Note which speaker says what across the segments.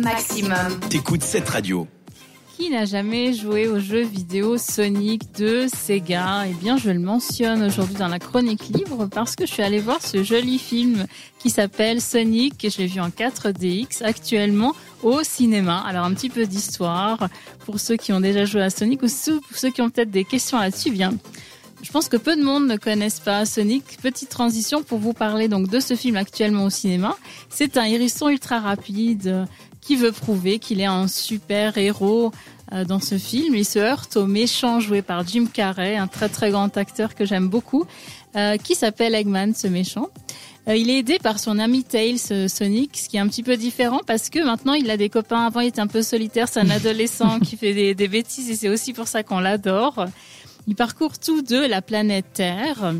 Speaker 1: maximum.
Speaker 2: T'écoutes cette radio.
Speaker 3: Qui n'a jamais joué aux jeux vidéo Sonic de Sega Eh bien, je le mentionne aujourd'hui dans la chronique libre parce que je suis allée voir ce joli film qui s'appelle Sonic et je l'ai vu en 4DX actuellement au cinéma. Alors, un petit peu d'histoire pour ceux qui ont déjà joué à Sonic ou pour ceux qui ont peut-être des questions là-dessus. Eh Bien. Je pense que peu de monde ne connaissent pas Sonic. Petite transition pour vous parler donc de ce film actuellement au cinéma. C'est un hérisson ultra rapide euh, qui veut prouver qu'il est un super héros euh, dans ce film. Il se heurte au méchant joué par Jim Carrey, un très très grand acteur que j'aime beaucoup, euh, qui s'appelle Eggman, ce méchant. Euh, il est aidé par son ami Tails euh, Sonic, ce qui est un petit peu différent parce que maintenant il a des copains. Avant il était un peu solitaire, c'est un adolescent qui fait des, des bêtises et c'est aussi pour ça qu'on l'adore. Ils parcourent tous deux la planète Terre.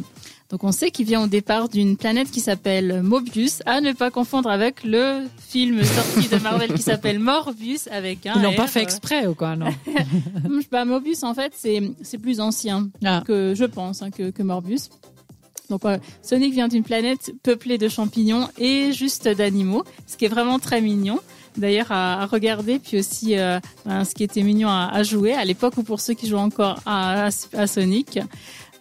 Speaker 3: Donc on sait qu'il vient au départ d'une planète qui s'appelle Mobius, à ne pas confondre avec le film sorti de Marvel qui s'appelle Morbius avec un.
Speaker 4: Ils l'ont pas
Speaker 3: R.
Speaker 4: fait exprès ou quoi, non
Speaker 3: Hum, bah, Mobius, en fait, c'est c'est plus ancien
Speaker 4: Ah.
Speaker 3: que je pense hein, que, que Morbius. Donc euh, Sonic vient d'une planète peuplée de champignons et juste d'animaux, ce qui est vraiment très mignon. D'ailleurs à, à regarder, puis aussi euh, ben, ce qui était mignon à, à jouer à l'époque ou pour ceux qui jouent encore à, à- à Sonic.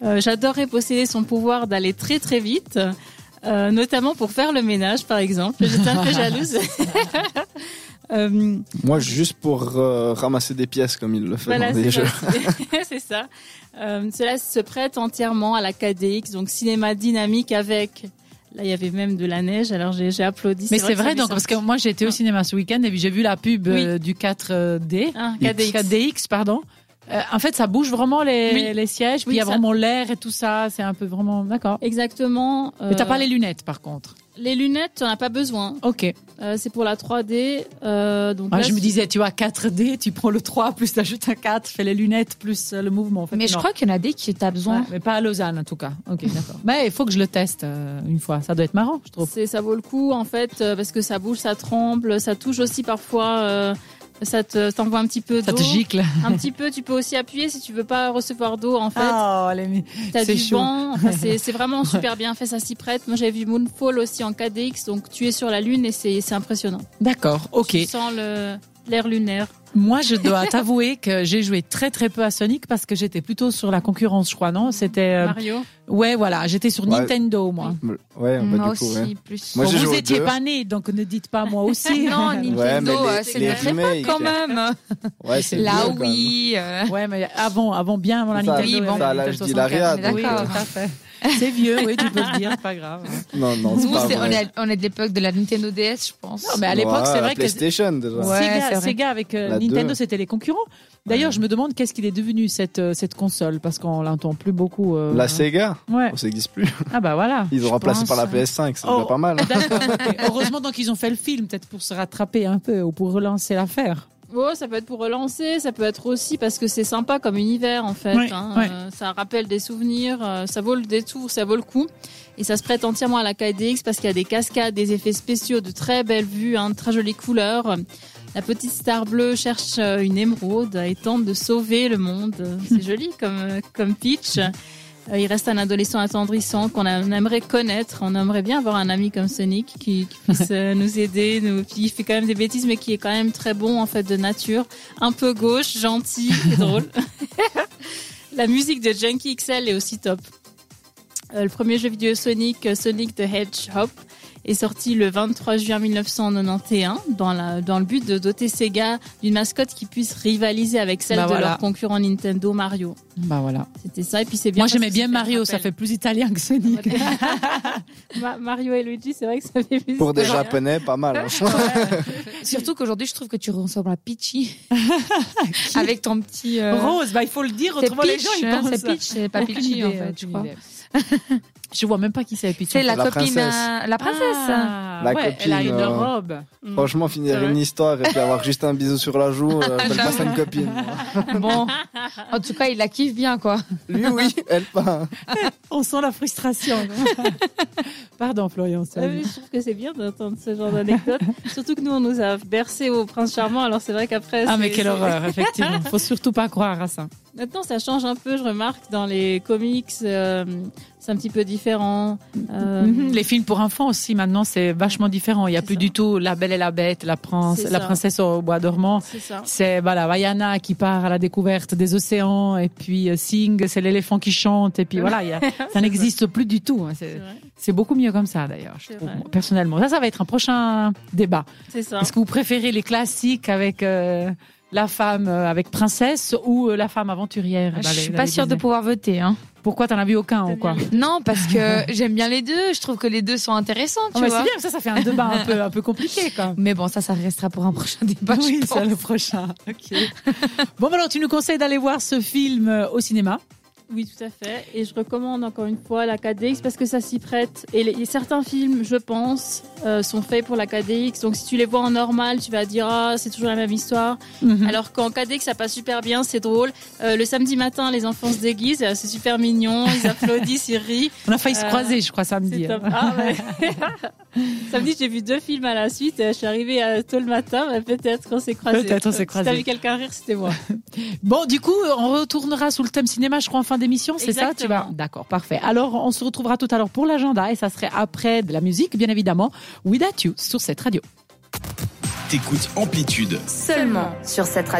Speaker 3: Euh, J'adorais posséder son pouvoir d'aller très très vite, euh, notamment pour faire le ménage par exemple. J'étais un peu jalouse. Euh,
Speaker 5: Moi, juste pour euh, ramasser des pièces comme il le fait
Speaker 3: voilà,
Speaker 5: dans des
Speaker 3: c'est
Speaker 5: jeux.
Speaker 3: ça. C'est ça. Euh, cela se prête entièrement à la KDX, donc cinéma dynamique avec. Là, il y avait même de la neige, alors j'ai j'ai applaudi.
Speaker 4: Mais c'est vrai,
Speaker 3: que ça
Speaker 4: donc,
Speaker 3: fait
Speaker 4: parce que
Speaker 3: sortir.
Speaker 4: moi, j'étais au cinéma ce week-end et puis j'ai vu la pub euh, du 4D.
Speaker 3: Ah, KDX.
Speaker 4: 4DX, pardon. Euh, en fait, ça bouge vraiment les,
Speaker 3: Oui.
Speaker 4: les sièges, puis
Speaker 3: Oui,
Speaker 4: il y a
Speaker 3: ça-
Speaker 4: vraiment l'air et tout ça. C'est un peu vraiment. D'accord.
Speaker 3: Exactement.
Speaker 4: Mais t'as
Speaker 3: euh,
Speaker 4: pas les lunettes, par contre.
Speaker 3: les lunettes, tu n'en as pas besoin.
Speaker 4: Ok.
Speaker 3: Euh, c'est pour la 3D. euh, donc
Speaker 4: Moi,
Speaker 3: là,
Speaker 4: Ah, je me
Speaker 3: c'est-
Speaker 4: disais, tu vois, 4D, tu prends le 3, plus t'ajoutes un 4, fais les lunettes, plus euh, le mouvement. En fait,
Speaker 6: Mais je
Speaker 4: non.
Speaker 6: crois qu'il y en a des qui t'as besoin.
Speaker 4: Ouais, mais pas à Lausanne, en tout cas. Ok, d'accord. Mais il faut que je le teste euh, une fois. Ça doit être marrant, je trouve.
Speaker 3: C'est ça vaut le coup en fait euh, parce que ça bouge, ça tremble, ça touche aussi parfois, euh, ça te- t'envoie un petit peu d'eau.
Speaker 4: Ça te gicle.
Speaker 3: Un petit peu, tu peux aussi appuyer si tu veux pas recevoir d'eau en fait.
Speaker 4: Ah, les...
Speaker 3: T'as
Speaker 4: C'est
Speaker 3: du
Speaker 4: chaud.
Speaker 3: vent, enfin, c'est c'est vraiment super bien fait, ça s'y prête. Moi j'avais vu Moonfall aussi en 4DX, donc tu es sur la lune et c'est c'est impressionnant.
Speaker 4: D'accord, ok.
Speaker 3: Tu sens le- l'air lunaire.
Speaker 4: Moi, je dois t'avouer que j'ai joué très très peu à Sonic parce que j'étais plutôt sur la concurrence, je crois, non C'était. euh,
Speaker 3: Mario,
Speaker 4: Ouais, voilà, j'étais sur
Speaker 5: Ouais.
Speaker 4: Nintendo, moi.
Speaker 5: Ouais, bah,
Speaker 6: Moi
Speaker 5: du coup,
Speaker 6: aussi,
Speaker 5: ouais.
Speaker 6: plus.
Speaker 5: Moi,
Speaker 4: Bon,
Speaker 5: j'ai
Speaker 4: vous
Speaker 5: joué aux
Speaker 4: étiez
Speaker 5: deux.
Speaker 4: pas né, donc ne dites pas moi aussi.
Speaker 6: non,
Speaker 5: Ouais,
Speaker 6: Nintendo,
Speaker 5: mais
Speaker 6: euh,
Speaker 5: les,
Speaker 6: c'est
Speaker 5: les
Speaker 6: notre époque,
Speaker 5: remakes.
Speaker 6: quand même.
Speaker 5: Ouais, c'est
Speaker 6: euh, Là,
Speaker 5: vieux, quand même.
Speaker 6: oui. euh,
Speaker 4: ouais, mais avant, avant bien, avant la
Speaker 5: Ça,
Speaker 4: Nintendo.
Speaker 6: oui,
Speaker 4: il y
Speaker 6: bon,
Speaker 4: avait
Speaker 5: ça a
Speaker 4: la
Speaker 5: l'âge
Speaker 4: 64.
Speaker 5: d'Hilaria,
Speaker 6: donc,
Speaker 4: Oui,
Speaker 6: euh,
Speaker 4: tout à fait. C'est vieux, oui, tu peux le dire, c'est pas grave.
Speaker 5: Non, non, c'est
Speaker 6: Nous,
Speaker 5: pas
Speaker 6: c'est- on,
Speaker 5: vrai.
Speaker 6: est, on est de l'époque de la Nintendo DS, je pense.
Speaker 4: Non, mais à l'époque,
Speaker 5: Ouais,
Speaker 4: c'est
Speaker 5: la
Speaker 4: vrai que
Speaker 5: PlayStation, déjà.
Speaker 6: Ouais, c'est
Speaker 4: Sega,
Speaker 6: vrai.
Speaker 4: Sega avec euh,
Speaker 5: La
Speaker 4: Nintendo,
Speaker 5: deux.
Speaker 4: c'était les concurrents. D'ailleurs, je me demande qu'est-ce qu'il est devenu cette euh, cette console parce qu'on l'entend plus beaucoup. euh,
Speaker 5: La Sega,
Speaker 4: Ouais.
Speaker 5: oh, ça n'existe plus.
Speaker 4: Ah bah voilà.
Speaker 5: Ils ont
Speaker 6: Je
Speaker 5: remplacé
Speaker 6: pense,
Speaker 5: par la
Speaker 6: ouais.
Speaker 5: PS5, c'est
Speaker 4: Oh.
Speaker 5: déjà pas mal. hein.
Speaker 4: D'accord. ok. Heureusement donc ils ont fait le film peut-être pour se rattraper un peu ou pour relancer l'affaire.
Speaker 3: oh, ça peut être pour relancer, ça peut être aussi parce que c'est sympa comme univers en fait.
Speaker 4: Oui,
Speaker 3: hein.
Speaker 4: oui.
Speaker 3: Euh, ça rappelle des souvenirs, euh, ça vaut le détour, ça vaut le coup. Et ça se prête entièrement à la KDX parce qu'il y a des cascades, des effets spéciaux, de très belles vues, hein, de très jolies couleurs. La petite star bleue cherche euh, une émeraude et tente de sauver le monde. C'est joli comme, euh, comme pitch. Euh, Il reste un adolescent attendrissant qu'on a- on aimerait connaître. On aimerait bien avoir un ami comme Sonic qui, qui puisse euh, nous aider. Nous, qui fait quand même des bêtises, mais qui est quand même très bon en fait de nature. Un peu gauche, gentil et drôle. La musique de Junkie XL est aussi top. Euh, le premier jeu vidéo Sonic, euh, Sonic the Hedgehog, est sorti le 23 juin 1991 dans, la- dans le but de doter Sega d'une mascotte qui puisse rivaliser avec celle
Speaker 4: Bah
Speaker 3: de
Speaker 4: voilà.
Speaker 3: leur concurrent Nintendo Mario.
Speaker 4: Bah voilà.
Speaker 3: C'était ça et puis c'est bien.
Speaker 4: Moi
Speaker 3: parce
Speaker 4: j'aimais
Speaker 3: que
Speaker 4: bien
Speaker 3: c'était un
Speaker 4: Mario, ça
Speaker 3: rappel.
Speaker 4: fait plus italien que Sonic.
Speaker 3: Ma- Mario et Luigi, c'est vrai que ça fait plus.
Speaker 5: Pour des
Speaker 3: peur.
Speaker 5: Japonais, pas mal. hein.
Speaker 6: Surtout qu'aujourd'hui, je trouve que tu ressembles à Peachy. Avec ton petit. euh,
Speaker 4: Rose, bah il faut le dire
Speaker 6: C'est
Speaker 4: autrement les
Speaker 6: Peach,
Speaker 4: gens ils
Speaker 6: hein,
Speaker 4: pensent.
Speaker 6: c'est Peach, c'est pas
Speaker 4: Aucune
Speaker 6: Peachy en
Speaker 4: idée,
Speaker 6: fait, je
Speaker 4: aucune
Speaker 6: crois.
Speaker 4: idée. Je vois même pas qui c'est Peach.
Speaker 6: C'est la,
Speaker 5: La
Speaker 6: copine,
Speaker 5: princesse.
Speaker 6: euh, la princesse.
Speaker 4: Ah,
Speaker 5: La
Speaker 4: ouais, elle a
Speaker 5: copine,
Speaker 4: une
Speaker 5: euh,
Speaker 4: robe.
Speaker 3: Mm.
Speaker 5: Franchement, finir
Speaker 3: C'est vrai.
Speaker 5: une histoire et puis avoir juste un bisou sur la joue, euh, belle pas ça une copine.
Speaker 6: Bon, en tout cas, il la kiffe bien quoi.
Speaker 5: Lui, oui, elle pas. hein.
Speaker 4: On sent la frustration. Pardon Florian. c'est-
Speaker 3: Ah oui, je trouve que c'est bien d'entendre ce genre d'anecdote. Surtout que nous, on nous a bercé au prince charmant, alors c'est vrai qu'après.
Speaker 4: Ah
Speaker 3: c'est-
Speaker 4: mais quelle
Speaker 3: c'est-
Speaker 4: horreur, effectivement. Faut surtout pas croire à ça.
Speaker 3: Maintenant, ça change un peu, je remarque, dans les comics, euh, c'est un petit peu différent. Euh,
Speaker 4: Mhm. Les films pour enfants aussi, maintenant, c'est vachement différent. Il n'y a
Speaker 3: C'est
Speaker 4: plus
Speaker 3: ça.
Speaker 4: du tout La Belle et la Bête, La, prince,
Speaker 3: C'est
Speaker 4: la
Speaker 3: ça.
Speaker 4: Princesse au Bois dormant.
Speaker 3: C'est ça.
Speaker 4: C'est voilà, Vaiana qui part à la découverte des océans, et puis euh, Sing, c'est l'éléphant qui chante, et puis voilà, il y a- ça n'existe plus du tout. hein.
Speaker 3: C'est
Speaker 4: C'est-
Speaker 3: vrai.
Speaker 4: C'est beaucoup mieux comme ça d'ailleurs, je
Speaker 3: C'est
Speaker 4: trouve,
Speaker 3: vrai. Hein?
Speaker 4: moi, personnellement. Ça, ça va être un prochain débat.
Speaker 3: C'est ça.
Speaker 4: Est-ce que vous préférez les classiques avec euh, la femme euh, avec princesse ou euh, la femme
Speaker 3: Ah,
Speaker 4: aventurière
Speaker 6: Je
Speaker 4: dans les-
Speaker 6: suis
Speaker 4: dans
Speaker 6: pas
Speaker 4: les
Speaker 6: sûre de
Speaker 4: Disney
Speaker 6: pouvoir voter. Hein.
Speaker 4: Pourquoi t'en as vu aucun
Speaker 3: T'as
Speaker 4: ou
Speaker 3: vu
Speaker 4: quoi
Speaker 3: les
Speaker 6: Non, parce que j'aime bien les deux. Je trouve que les deux sont intéressants,
Speaker 4: Oh,
Speaker 6: tu
Speaker 4: mais C'est
Speaker 6: vois.
Speaker 4: bien, ça, ça fait un débat un peu, un peu compliqué quand même.
Speaker 6: Mais bon, ça, ça restera pour un prochain débat. Bah, je
Speaker 4: oui,
Speaker 6: pense.
Speaker 4: c'est le prochain. Ok. bon, bah alors tu nous conseilles d'aller voir ce film euh, au cinéma.
Speaker 3: Oui, tout à fait. Et je recommande encore une fois la KDX parce que ça s'y prête. Et, les- et certains films, je pense, euh, sont faits pour la KDX. Donc si tu les vois en normal, tu vas dire ah c'est toujours la même histoire.
Speaker 4: Mm.
Speaker 6: Mhm.
Speaker 3: Alors qu'en KDX ça passe super bien, c'est drôle. Euh, le samedi matin, les enfants se déguisent, euh, c'est super mignon, ils applaudissent, ils rient.
Speaker 4: On a failli se
Speaker 3: Euh,
Speaker 4: croiser, je crois, samedi.
Speaker 3: C'est top.
Speaker 4: hein.
Speaker 3: Ah, ouais. samedi, j'ai vu deux films à la suite. euh, Je suis arrivée euh, tôt le matin, mais peut-être qu'on s'est croisés.
Speaker 4: Peut-être on s'est
Speaker 3: Euh,
Speaker 4: croisés.
Speaker 3: Si t'as vu quelqu'un rire, c'était moi.
Speaker 4: Bon, du coup, on retournera sous le thème cinéma, je crois, en fin d'émission, c'est ça Tu vas
Speaker 3: Exactement.
Speaker 4: D'accord, parfait. Alors, on se retrouvera tout à l'heure pour l'agenda et ça serait après de la musique, bien évidemment. We That You sur cette radio.
Speaker 1: T'écoutes Amplitude.
Speaker 2: Seulement sur cette radio.